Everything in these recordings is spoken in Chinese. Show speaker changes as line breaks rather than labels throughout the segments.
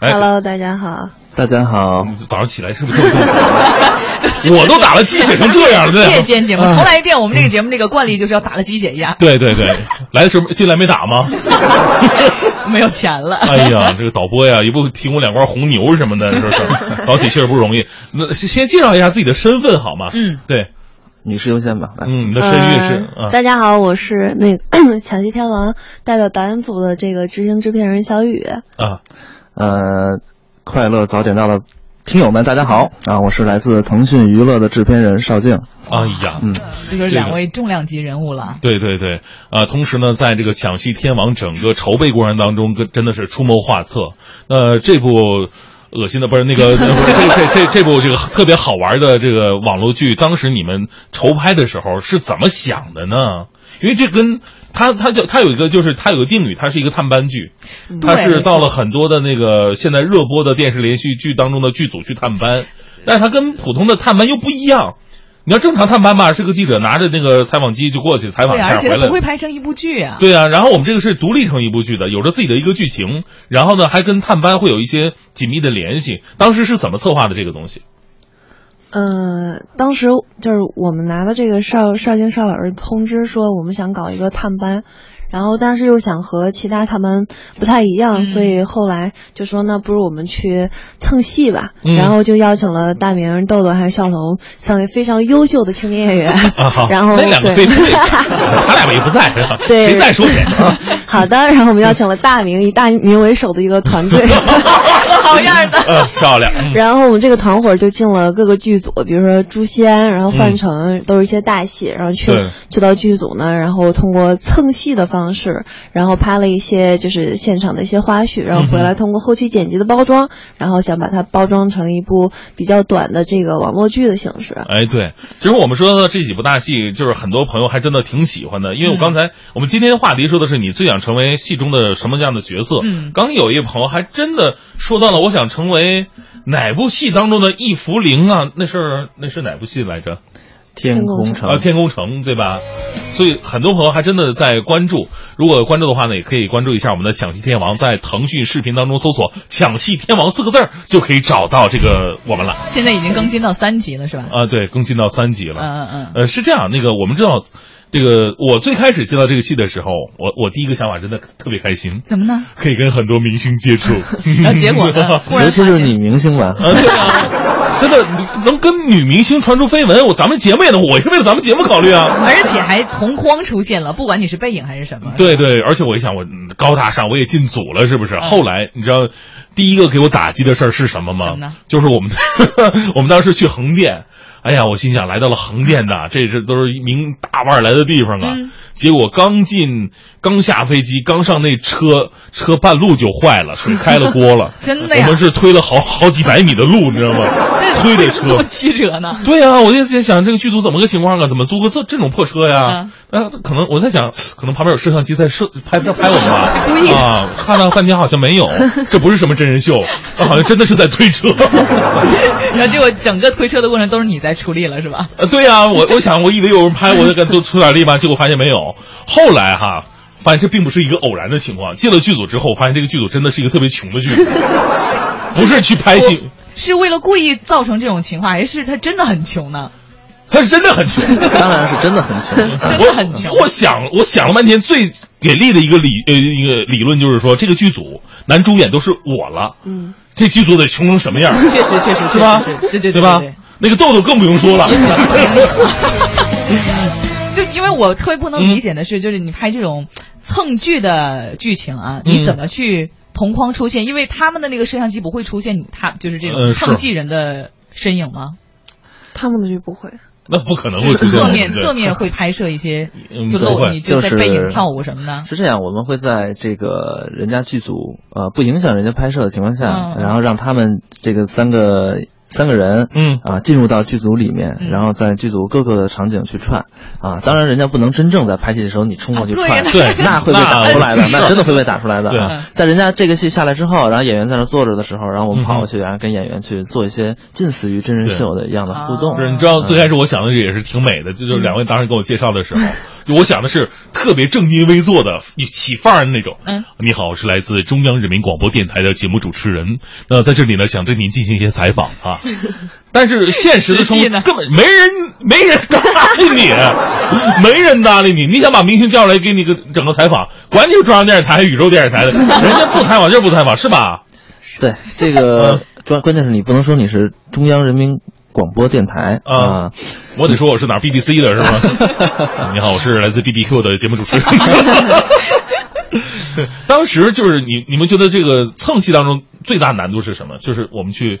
哎
Hello，大家好。
大家好
啊
你，早上起来是不是特别痛 苦？我都打了鸡血成这样了，
夜
对嗯
间节目，重来一遍。我们这个节目那个惯例就是要打了鸡血 压，
对对对，来的时候进来没打吗？
没有钱了。
哎呀，这个导播呀，也不提供两罐红牛什么的，是不是？老铁确实不容易。那先先介绍一下自己的身份好吗？
嗯，
对，
女士优先吧。来，
嗯，你的身份是
呃
啊，
大家好，我是那个 卡西天王代表导演组的这个执行制片人小雨。
啊，
呃，快乐早点到的听友们，大家好啊！我是来自腾讯娱乐的制片人邵静。
哎呀，
嗯，
这就是两位重量级人物了。
对对对，呃，同时呢，在这个《抢戏天王》整个筹备过程当中，跟真的是出谋划策。呃，这部恶心的不是那个， 这这这这部这个特别好玩的这个网络剧，当时你们筹拍的时候是怎么想的呢？因为这跟它它就它有一个就是它有个定语，它是一个探班剧，它
对
是到了很多的那个现在热播的电视连续剧当中的剧组去探班，但是它跟普通的探班又不一样。你要正常探班吧，是个记者拿着那个采访机就过去采访
对，
一下，
而且
回来
不会拍成一部剧啊。
对啊，然后我们这个是独立成一部剧的，有着自己的一个剧情，然后呢还跟探班会有一些紧密的联系。当时是怎么策划的这个东西？
呃，当时就是我们拿到这个邵邵京邵老师通知说，我们想搞一个探班，然后但是又想和其他探班不太一样，
嗯
所以后来就说那不如我们去蹭戏吧，
嗯
然后就邀请了大明、豆豆还有笑童三位非常优秀的青年演员，
啊，好，
然后
那两个
对
对， 他俩也不在，是吧
对
谁在说谁啊？
好的，然后我们邀请了大明，以大明为首的一个团 队。
好样的！
呃，漂亮，嗯
然后我们这个团伙就进了各个剧组，比如说《诛仙》，然后《
嗯
幻城》，都是一些大戏。然后去
对
去到剧组呢，然后通过蹭戏的方式，然后拍了一些就是现场的一些花絮，然后回来通过后期剪辑的包装，然后想把它包装成一部比较短的这个网络剧的形式。
哎，对，其实我们说的这几部大戏，就是很多朋友还真的挺喜欢的，因为我刚才、我们今天话题说的是你最想成为戏中的什么样的角色。
嗯
刚有一朋友还真的说到了，我想成为哪部戏当中的易福灵啊？那是那是哪部戏来着？
天空城
啊，，天空城对吧？所以很多朋友还真的在关注，如果关注的话呢，也可以关注一下我们的“抢戏天王”，在腾讯视频当中搜索“抢戏天王”四个字儿，就可以找到这个我们了。
现在已经更新到三集了，是吧？
啊，对，更新到三级了。
嗯嗯嗯，
呃，是这样，那个我们知道，这个我最开始接到这个戏的时候，我我第一个想法真的特别开心，
怎么呢？。
可以跟很多明星接触
然后结果 呢？忽然
尤
发
其
现
是女明星吧。
啊，对啊，真的能跟女明星传出绯闻，我咱们节目也能，我是为了咱们节目考虑啊。
而且还同框出现了，不管你是背影还是什么。
对对，而且我一想，我嗯高大上，我也进组了，是不
嗯
是？后来你知道，第一个给我打击的事儿是什么吗？
什么呢
就是我们 我们当时去横店，哎呀，我心想来到了横店呐，这这都是一名大腕儿来的地方啊。
嗯。
结果刚进，刚下飞机，刚上那车，车半路就坏了，水开了锅了
真的呀
我们是推了好好几百米的路，你知道 吗？推着
这么
车。
曲折呢？
对啊，我就在想这个剧组怎么个情况啊？怎么租个这这种破车呀
嗯？
那、可能我在想， 可能旁边有摄像机在摄拍在拍我们吧？
故意的
啊！看了半天好像没有，这不是什么真人秀，啊、好像真的是在推车。
然后结果整个推车的过程都是你在出力了，是吧？
呃，对呀、我我想我以为有人拍，我就敢多出点力吧，结果发现没有。后来哈。发现这并不是一个偶然的情况。进了剧组之后，发现这个剧组真的是一个特别穷的剧组，不是去拍戏，
是为了故意造成这种情况，还是他真的很穷呢？
他是真的很穷。
当然是真的很穷。
真
我
的很穷。
我想，我想了半天，最给力的一个理呃一个理论就是说，这个剧组男主演都是我了，
嗯，
这剧组得穷成什么样，
确实确实
是吧
确实是，对对
对
对
吧
对。？
那个豆豆更不用说了，
就因为我特别不能理解的是，就是你拍这种蹭剧的剧情啊，
嗯
你怎么去同框出现？因为他们的那个摄像机不会出现你他就是这种
呃是
蹭戏人的身影吗？
他们的就不会。
那不可能
就
会
是
出现
侧
问题
面侧面会拍摄一些
嗯，
就
不
露
会
你就在
是
背影跳舞什么的。
是这样，我们会在这个人家剧组呃不影响人家拍摄的情况下，
嗯
然后让他们这个三个三个人
嗯
啊进入到剧组里
嗯
面，然后在剧组各个的场景去串啊。当然，人家不能真正在拍戏的时候你冲过去
啊
串，
对
对
那会被打出来的，那真的会被打出来的
对
啊。在人家这个戏下来之后，然后演员在那坐着的时候，然后我们跑过去，然后跟演员去做一些近似于真人秀的一样的互动
哦
嗯
不。是，你知道最开始我想的也是挺美的，就就是两位当时跟我介绍的时候，我想的是特别正襟危坐的、有起范儿的那种。
嗯，
你好，我是来自中央人民广播电台的节目主持人。那在这里呢，想对您进行一些采访 啊。但是现实的冲
实际呢
突根本没人没人搭理你，没人搭理你。你想把明星叫来给你个整个采访，管你是中央电视台、宇宙电视台的，人家不采访就是不采访，是吧？
对，这个关关键是你不能说你是中央人民广播电台
啊
啊，
我得说我是哪儿 BDC 的是吧？你好，我是来自 BDQ 的节目主持人。当时就是你你们觉得这个蹭戏当中最大难度是什么？就是我们去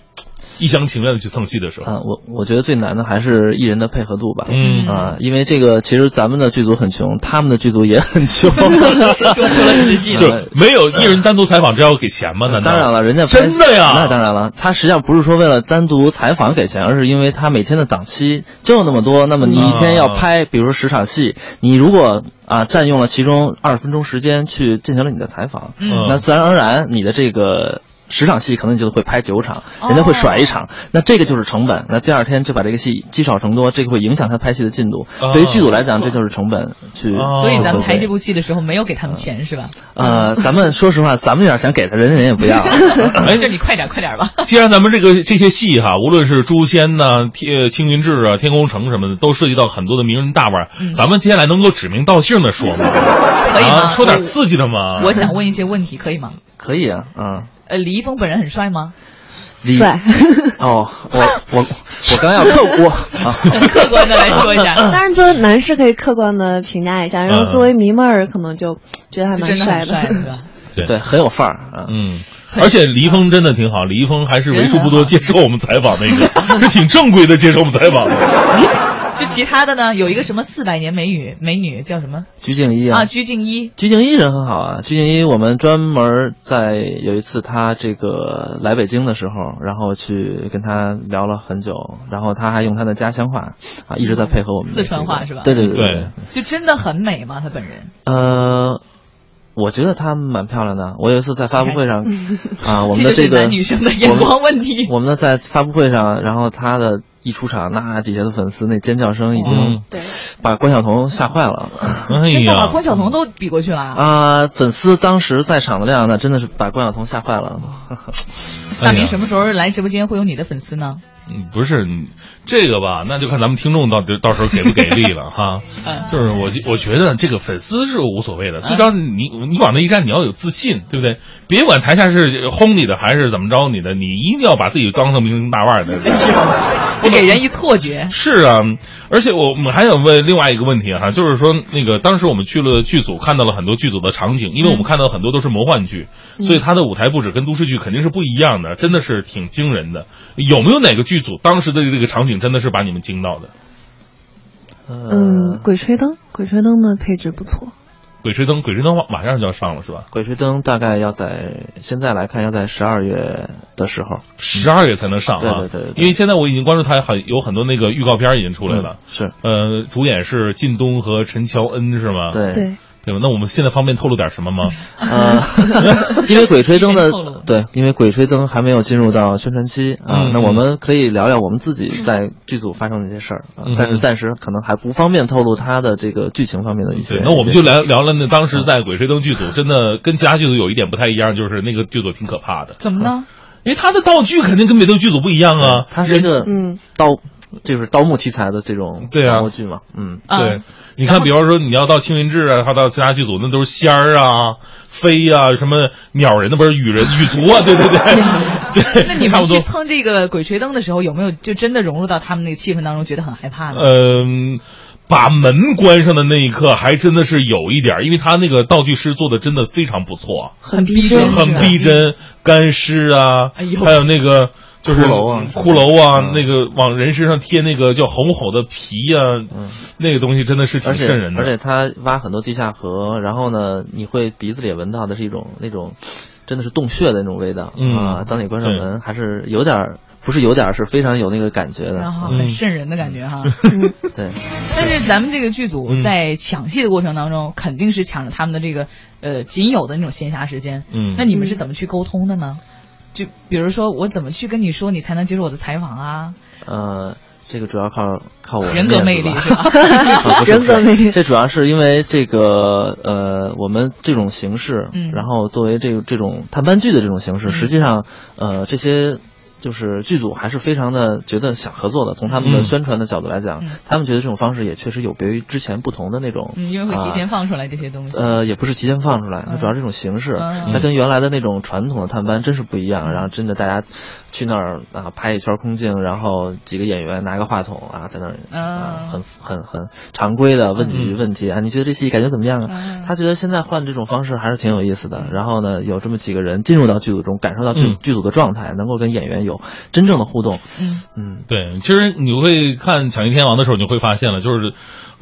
一厢情愿的去蹭戏的时候，
啊，我我觉得最难的还是艺人的配合度吧。
嗯
啊，因为这个其实咱们的剧组很穷，他们的剧组也很 穷。
说出了实际
就
的。
没有艺人单独采访，这要给钱吗？难
嗯
道？
当然了，人家
真的呀
那当然了，他实际上不是说为了单独采访给钱，而是因为他每天的档期就那么多，那么你一天要拍，
嗯
比如说十场戏，你如果啊占用了其中二十分钟时间去进行了你的采访，
嗯
那自然而然你的这个。十场戏可能你就会拍九场，
哦
人家会甩一场，那这个就是成本。那第二天就把这个戏积少成多，这个会影响他拍戏的进度。
哦
对于剧组来讲，这就是成本去。
哦
所以咱们
拍
拍这部戏的时候没有给他们钱是吧？
呃，咱们说实话，咱们要是想给他，人家人也不 要。 啊
哎
就你快点快点吧。
既然咱们这个这些戏哈，无论是《诛仙》呐、天呃青云志》啊、《天空城》什么的，都涉及到很多的名人大腕儿，咱们接下来能够指名道姓的说吗？可
以吗
啊、说点刺激的吗？
我想问一些问题，可以 吗？
可以啊，啊、
呃，李易峰本人很帅吗？
李
帅。
啊
哦，我我我 刚要客我啊，
客观的来说一下，
当然，作为男士可以客观的评价一下，然后作为迷妹儿可能就觉得还
就
蛮
真的
帅
很帅是吧？
对，很有范儿啊。
嗯， 而且李易峰真的挺好，李易峰还是为数不多
人很好
接受我们采访那 个，是挺正规的接受我们采访的。
就其他的呢，有一个什么四百年美女美女叫什么
鞠婧祎
啊？
啊，
鞠婧祎。
鞠婧祎人很好啊。鞠婧祎，我们专门在有一次她这个来北京的时候，然后去跟她聊了很久，然后她还用她的家乡话啊一直在配合我们的
四川
这个
话是吧
对对对
对，
就真的很美吗？她本人
呃。我觉得她蛮漂亮的。我有一次在发布会 上，啊，我们的
这就是
个
男女生的眼光问题
我们我们的在发布会上，然后她的一出场，那底下的粉丝那尖叫声已经
嗯
对，
把关晓彤吓坏了
哎
真的
呀，
把啊关晓彤都比过去了啊！
啊、粉丝当时在场的量呢，真的是把关晓彤吓坏了。
哎
大
呀
明什么时候来直播间会有你的粉丝呢？
嗯不是你这个吧？那就看咱们听众到底到时候给不给力了哈。
嗯，
就是我觉我觉得这个粉丝是无所谓的，最主要你你往那一站，你要有自信，对不对？别管台下是轰你的还是怎么着你的，你一定要把自己当成明星大腕儿 的。
就给人一错觉。
是啊，而且我我们还想问另外一个问题哈、就是说那个当时我们去了剧组，看到了很多剧组的场景，因为我们
嗯
看到很多都是魔幻剧，所以它的舞台布置跟都市剧肯定是不一样的，真的是挺惊人的。有没有哪个剧组当时的这个场景真的是把你们惊到的？
呃
嗯，鬼吹灯，鬼吹灯的配置不错。
鬼吹灯，鬼吹灯马马上就要上了是吧？
鬼吹灯大概要在现在来看，要在十二月的时候。
十二月才能上啊！
对对对对对
因为现在我已经关注他很有很多那个预告片已经出来了
嗯。是
呃，主演是靳东和陈乔恩是吗？
对，
对，
对吧？那我们现在方便透露点什么吗？
呃，因为鬼吹灯
透露
的对，因为鬼吹灯还没有进入到宣传期啊、
嗯
那我们可以聊聊我们自己在剧组发生的一些事儿、啊
嗯
但是暂时可能还不方便透露它的这个剧情方面的一些。
对，那我们就
一些
聊聊了。那当时在《鬼吹灯》剧组，真的跟其他剧组有一点不太一样，就是那个剧组挺可怕的，
怎么呢？
因为他的道具肯定跟别的剧组不一样啊。
它是一个
嗯
刀，就是刀木题材的这种
对啊
刀剧嘛，嗯。
啊，
对，你看，比方说你要到青云志啊，他到其他剧组，那都是仙儿啊、飞啊、什么鸟人，那不是羽人、羽族啊，对对对，对，
那你
差
们
不多
去。蹭这个鬼吹灯的时候，有没有就真的融入到他们那个气氛当中，觉得很害怕呢？
嗯，把门关上的那一刻，还真的是有一点儿，因为他那个道具师做的真的非常不错，啊
很逼真
真
很
是
逼真，干尸啊，
哎呦
还有那个。就是
骷髅啊
骷髅啊，
嗯
那个往人身上贴那个叫红吼的皮啊，那个东西真的是挺
嗯而且
瘆人的。
而且它挖很多地下河，然后呢，你会鼻子里闻到的是一种那种，真的是洞穴的那种味道、
嗯
啊。当你关上
对
门，还是有点儿，不是有点儿，是非常有那个感觉
然
的。
后
嗯
啊很瘆人的感觉哈。
嗯，
对，
但是咱们这个剧组
嗯
在抢戏的过程当中，肯定是抢着他们的这个呃仅有的那种闲暇时间。
嗯
那你们是怎么去沟通的呢？就比如说我怎么去跟你说，你才能接受我的采访啊？
呃，这个主要靠靠我的
人格魅力
面子
是
吧
吧？
啊不是
人格魅力
这主要是因为这个呃，我们这种形式，
嗯
然后作为这个这种探班剧的这种形式，实际上呃这些。就是剧组还是非常的觉得想合作的，从他们
嗯
的宣传的角度来讲，
嗯
他们觉得这种方式也确实有别于之前不同的那种，
嗯，因为会
啊
提前放出来这些东西。
啊
呃，也不是提前放出来，它
嗯
主要是这种形式，
嗯
它跟原来的那种传统的探班真是不一样。然后真的大家去那儿啊拍一圈空镜，然后几个演员拿个话筒啊在那儿啊
嗯
很很很常规的问几句问题啊，你觉得这戏感觉怎么样啊？
嗯
他觉得现在换这种方式还是挺有意思的。然后呢，有这么几个人进入到剧组中，感受到剧
嗯
剧组的状态，能够跟演员有真正的互动。
嗯
嗯，
对，其实你会看《抢戏天王》的时候，你会发现了，就是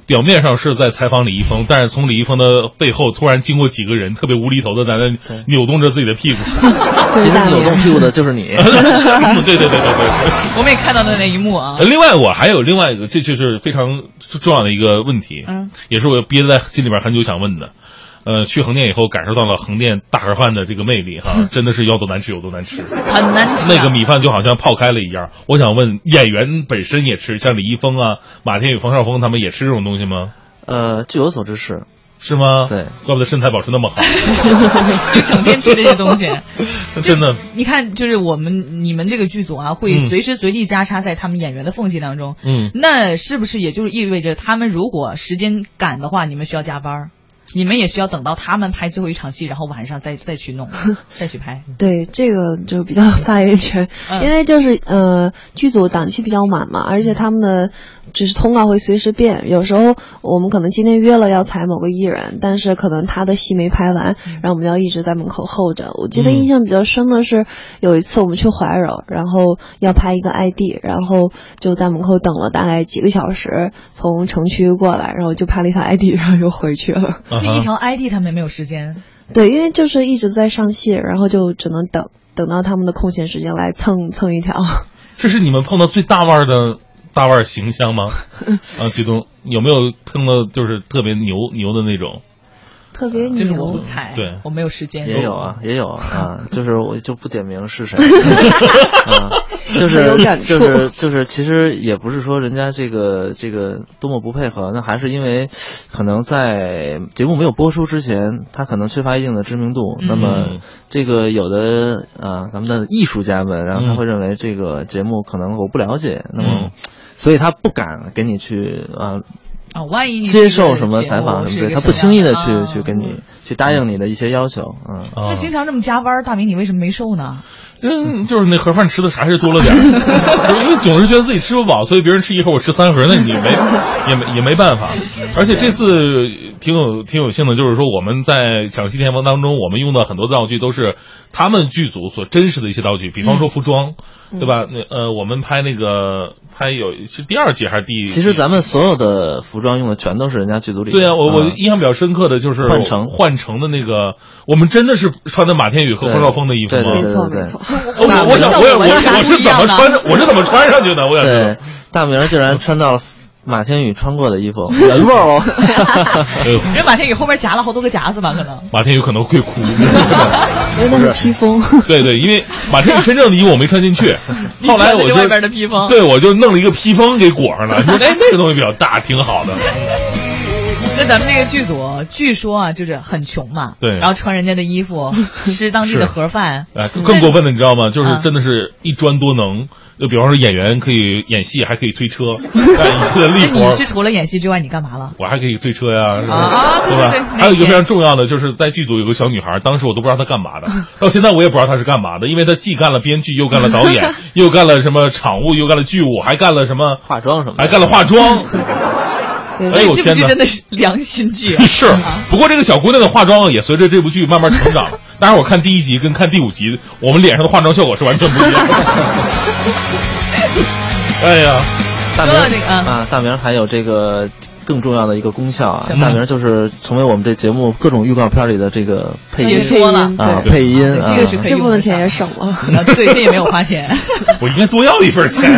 表面上是在采访李易峰，但是从李易峰的背后突然经过几个人，特别无厘头的在那扭动着自己的屁股。
其实
大
扭
爷
动屁股的就是 你。
对对对对对。呃
我们也看到的那一幕啊，
另外，我还有另外一个，这就是非常重要的一个问题，
嗯，
也是我憋在心里边很久想问的。呃，去横店以后感受到了横店大盒饭的这个魅力 哈，真的是要多难吃有多难吃。
很难吃啊
那个米饭就好像泡开了一样。我想问，演员本身也吃，像李易峰啊、马天宇、冯绍峰他们也吃这种东西吗？
呃，据我所知是，
是吗？
对
怪不得身材保持那 么好，
就整天吃这些东西。
真的。
你看，就是我们你们这个剧组啊，会
嗯
随时随地加插在他们演员的缝隙当中。
嗯，
那是不是也就是意味着他们如果时间赶的话，你们需要加班儿？你们也需要等到他们拍最后一场戏，然后晚上再再去 弄，再去拍。
对，这个就比较发言权，
嗯
因为就是呃，剧组档期比较满嘛，而且他们的就是通告会随时变，有时候我们可能今天约了要采某个艺人，但是可能他的戏没拍完，然后我们就要一直在门口候着。我记得
嗯
印象比较深的是有一次我们去怀柔，然后要拍一个 ID，然后就在门口等了大概几个小时，从城区过来，然后就拍了一条 ID，然后又回去了。
啊
这一
哈，
条 ID 他们也没有时间，
对，因为就是一直在上戏，然后就只能等等到他们的空闲时间来蹭蹭一条。
这是你们碰到最大腕儿的大腕儿形象 吗？啊，举东有没有碰到就是特别牛牛的那种？
特
啊
别
这是我
牛
不，才，
对
我没有时间。
也有啊，也有啊，啊就是我就不点名是谁，啊，就是
没有感触
就是就是，其实也不是说人家这个这个多么不配合，那还是因为可能在节目没有播出之前，他可能缺乏一定的知名度，那么
嗯
这个有的啊，咱们的艺术家们，然后他
嗯
会认为这个节目可能我不了解，那
嗯
么所以他不敢给你去啊
啊，万一你
接受什么采访什么之
的，
类，他不轻易的去
啊
去跟你去答应你的一些要求，嗯。
啊
那，经常这么加班，大明你为什么没瘦呢？
嗯，就是那盒饭吃的还是多了点儿， 就是因为总是觉得自己吃不饱，所以别人吃一盒我吃三盒，那你没也没也没办法。而且这次挺有挺有幸的，就是说我们在《抢戏天王》当中，我们用的很多道具都是他们剧组所真实的一些道具，比
嗯
方说服装，对吧？那呃，我们拍那个拍有是第二季还是第？
其实咱们所有的服装用的全都是人家剧组里的。
对啊，我我
啊
印象比较深刻的就是
换乘
换乘的那个，我们真的是穿的马天宇和冯绍峰的衣服
对
吗
没？
对对
错
对
没 错，
我我我想我也我我是怎么穿的？我是怎么穿上去的？我想知道。
对，大明儿竟然穿到了马天宇穿过的衣 服，原味儿哦。
呃，
人马天宇后面夹了好多个夹子吧，可能。
马天宇可能会哭。
因为那是披风。
对对，因为马天宇真正的衣服我没穿进去，后来我
你穿的
就是
外边的披风
对我就弄了一个披风给裹上了。说哎，那个东西比较大，挺好的。
那咱们这个剧组据说啊，就是很穷嘛，
对
然后穿人家的衣 服，吃当地的盒饭，
哎，更过分的你知道吗？就是
嗯
真的是一专多能，就比方说演员可以演戏，还可以推 车，干一切的力
那
活
哎你。是除了演戏之外，你干嘛了？
我还可以推车呀，是吧
啊对
对
对
吧
对？
还有一个
那天
非常重要的，就是在剧组有个小女孩，当时我都不知道她干嘛 的，到现在我也不知道她是干嘛的，因为她既干了编剧，又干了导演， 又干了什么场务，又干了剧务，还干了什么
化妆什么的
哎还干了化 妆。
对
哎呦
这部
天
剧
哪！
真的是良心剧 啊
是，不过这个小姑娘的化妆也随着这部剧慢慢成长。当然，我看第一集跟看第五集，我们脸上的化妆效果是完全不一样 的。哎呀，
大明
说到这个啊
啊，大明还有这个更重要的一个功效啊
什，么
大明就是成为我们这节目各种预告片里的这个配
解
音
说了
啊，
对
配音啊
对，这个是可以
这部分钱
用
也
得
省
上
了。
啊，对，这也没有花钱。
我应该多要一份钱。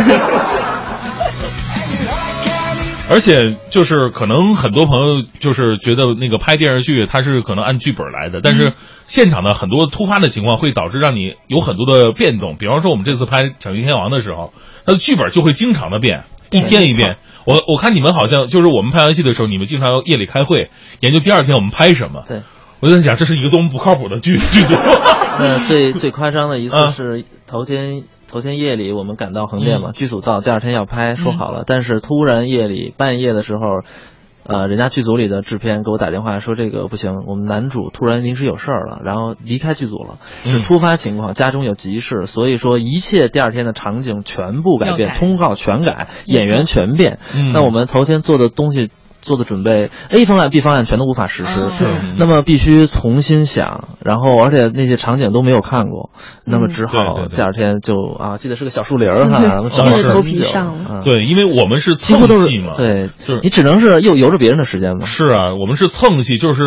而且就是可能很多朋友就是觉得那个拍电视剧它是可能按剧本来的，但
嗯
是现场的很多突发的情况会导致让你有很多的变动。比方说我们这次拍《抢戏天王》的时候，它的剧本就会经常的变。一天一遍。我我看你们好像就是我们拍完戏的时候，你们经常夜里开会研究第二天我们拍什么。
对，
我就在想，这是一个多么不靠谱的剧剧组。
那最最夸张的一
啊
次是头天。头天夜里我们赶到横店嘛，剧组到，第二天要拍，说好了，但是突然夜里半夜的时候，呃，人家剧组里的制片给我打电话说这个不行，我们男主突然临时有事儿了，然后离开剧组了，是突发情况，家中有急事，所以说一切第二天的场景全部改变，
要改
通告全改，演员全变。
嗯
那我们头天做的东西。做的准备，A 方案、B 方案全都无法实施，
哦是
那么必须重新想，然后而且那些场景都没有看过，那
嗯
么只
对
好
对对
第二天就啊，记得是个小树林儿哈，咱们找
硬
了
着
很
头皮
久
上了
嗯
对，因为我们是
几
蹭
乎都
戏
是
嘛。。
对
是，
你只能是又由着别人的时间嘛。
是啊，我们是蹭戏，就是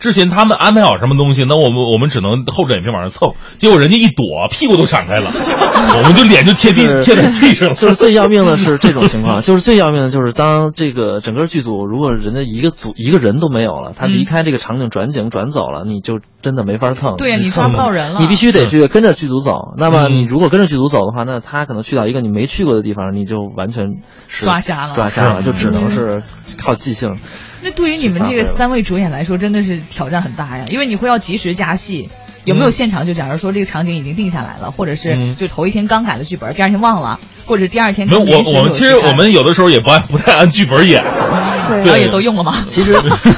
之前他们安排好什么东西，那我们我们只能厚着眼皮往上蹭。结果人家一躲，屁股都闪开 了，我们就脸就贴地
是
贴在地上了。
就是最要命的是这种情况，就是最要命的就是当这个整个剧组如果人家一个组一个人都没有了，他
嗯
离开这个场景转景转走了，你就真的没法蹭。
对呀，你抓
蹭
不到人了，
你必须得去跟着剧组走。那么
嗯
你如果跟着剧组走的话，那他可能去到一个你没去过的地方，你就完全是
抓瞎了嗯
抓瞎了，
是
就只能是靠即兴。
那对于你们这个三位主演来说，真的是挑战很大呀，因为你会要及时加戏。有没有现场就假如说这个场景已经定下来了，或者是
嗯
就头一天刚改的剧本，第二天忘了，或者第二天
没有，
临
我
时
我们
有
其实
剧本
我们有的时候也不按不太按剧本演。
对
啊
然后也都用了吗？
其实，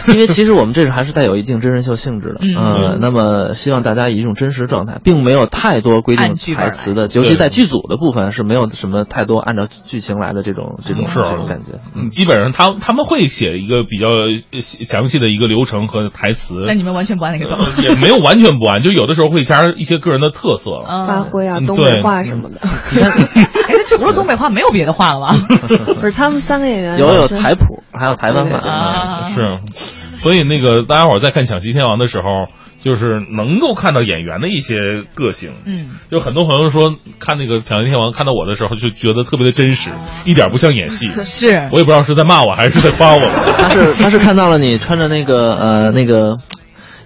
因为其实我们这是还是带有一定真人秀性质的，
嗯
呃那么希望大家以一种真实状态，并没有太多规定
按剧本
台
来
词的，尤其
对
在剧组的部分是没有什么太多按照剧情来的这
嗯
种这种
是
这种感觉。
嗯，基本上他他们会写一个比较呃详细的一个流程和台词，
那你们完全不按 那个走。
呃也没有完全不按，就有的时候会加上一些个人的特色。
嗯
发挥啊，
嗯
东
对
北话什么的。
哎，那除了东北话，没有别的话了吧？
不是他们三个演员
嗯有有
本身
台谱，还有台湾
对
版。嗯
啊，
是，所以那个大家伙儿在看《抢戏天王》的时候，就是能够看到演员的一些个性。
嗯，
就很多朋友说看那个《抢戏天王》，看到我的时候就觉得特别的真实，一点不像演 戏。
是
我也不知道是在骂我还是在夸我。
他是他是看到了你穿着那个呃那个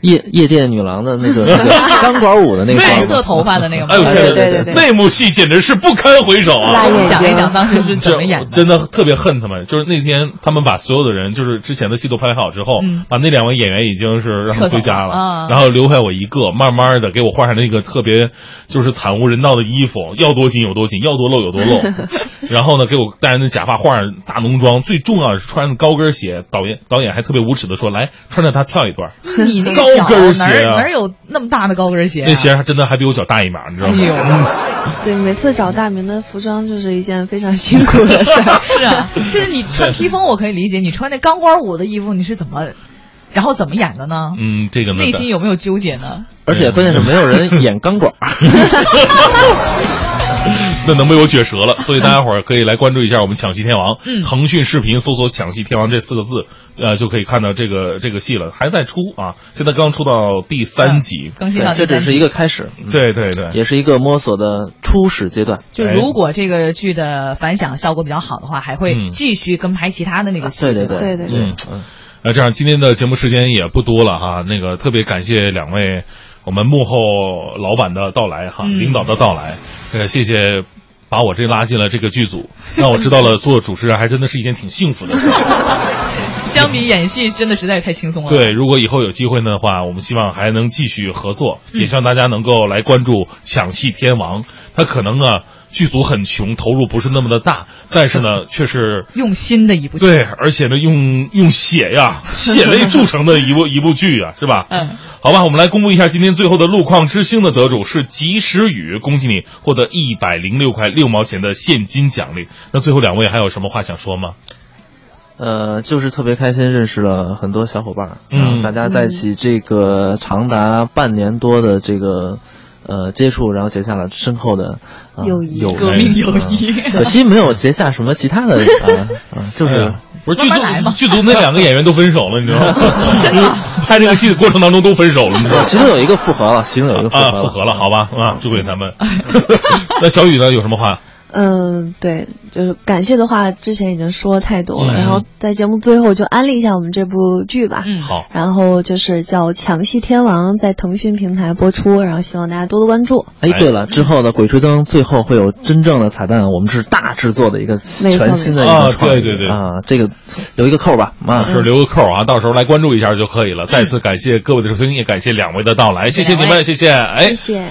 夜夜店女郎的那个那 个钢管舞的那个状态
白色头发的那个吗
哎？呦，
对
天
对
哪
对对
那幕戏简直是不堪回首啊！
辣眼睛
讲一讲当时是怎
这
么演的？
真的特别恨他们，就是那天他们把所有的人，就是之前的戏都拍好之后，
嗯
把那两位演员已经是让他们回家
撤走了啊
然后留下我一个，慢慢的给我换上那个特别就是惨无人道的衣服，要多紧有多紧，要多露有多露， 然后呢给我戴上那假发，换上大浓妆，最重要的是穿上高跟鞋，导演导演还特别无耻的说，来穿着它跳一段，
你那
高
个脚
跟
哪
鞋
儿
啊
哪儿有那么大的高跟鞋啊？
那鞋还真的还比我脚大一码，你知道吗？
哎
对，每次找大明的服装就是一件非常辛苦的事 儿。
呦，是啊，就是你穿披风我可以理解，你穿那钢管舞的衣服你是怎么，然后怎么演的呢？
嗯，这个呢
内心有没有纠结呢？
而且关键是没有 人演钢管儿。
那能被我撅折了，所以大家伙儿可以来关注一下我们《抢戏天王》，
嗯
腾讯视频搜索“抢戏天王”这四个字，呃，就可以看到这个这个戏了，还在出啊，现在刚出到第三集。
更新 到
对，这只是一
个。
个开始，嗯
对对对，
也是一个摸索的初始阶段。
就
哎
如果这个剧的反响效果比较好的话，还会
嗯
继续跟拍其他的那个戏。
啊对对对
对对对
嗯，呃，这样今天的节目时间也不多了哈，那个特别感谢两位我们幕后老板的到来哈，
嗯
领导的到来，呃，谢谢。把我这拉进了这个剧组，让我知道了做主持人还真的是一件挺幸福的事。
相比演戏，真的实在是太轻松了。
对，如果以后有机会的话，我们希望还能继续合作，
嗯
也希望大家能够来关注《抢戏天王》。他可能啊，剧组很穷，投入不是那么的大，但是 呢，却是
用心的一部剧。
对，而且呢，用用血 呀、血泪铸成的一部一部剧啊，是吧？
嗯。
好吧，我们来公布一下今天最后的路况之星的得主是及时雨，恭喜你获得一百零六块六毛钱的现金奖励。那最后两位还有什么话想说吗？
呃，就是特别开心认识了很多小伙伴儿，
嗯
然后大家在一起这个长达半年多的这个呃接触，然后结下了深厚的、呃、
友谊
友
革命友谊
嗯可惜没有结下什么其他的，啊啊就
哎
是
呀。不是剧
慢慢来
组
嘛
剧组那两个演员都分手了，你知道吗？ 真的，拍这个戏的过程当中都分手了，你知道 吗？
呃其中有一个复合了，其中有一个复合
嗯啊，
了，
复合了，好吧，啊，祝贺他们。那小雨呢，有什么话？
嗯，对，就是感谢的话，之前已经说太多了。
嗯
然后在节目最后就安利一下我们这部剧吧。
嗯，
好，
然后就是叫《强戏天王》，在腾讯平台播出，然后希望大家多多关注。
哎，对了，之后的《鬼吹灯》最后会有真正的彩蛋，我们是大制作的一个
没错嗯
全新的一个
啊
创意，
对对对
啊，这个留一个扣吧，啊，
是留个扣啊，到时候来关注一下就可以了。再次感谢各位的收听，也感谢两位的到来，谢谢你
两
们，
位
谢谢，哎
谢。谢。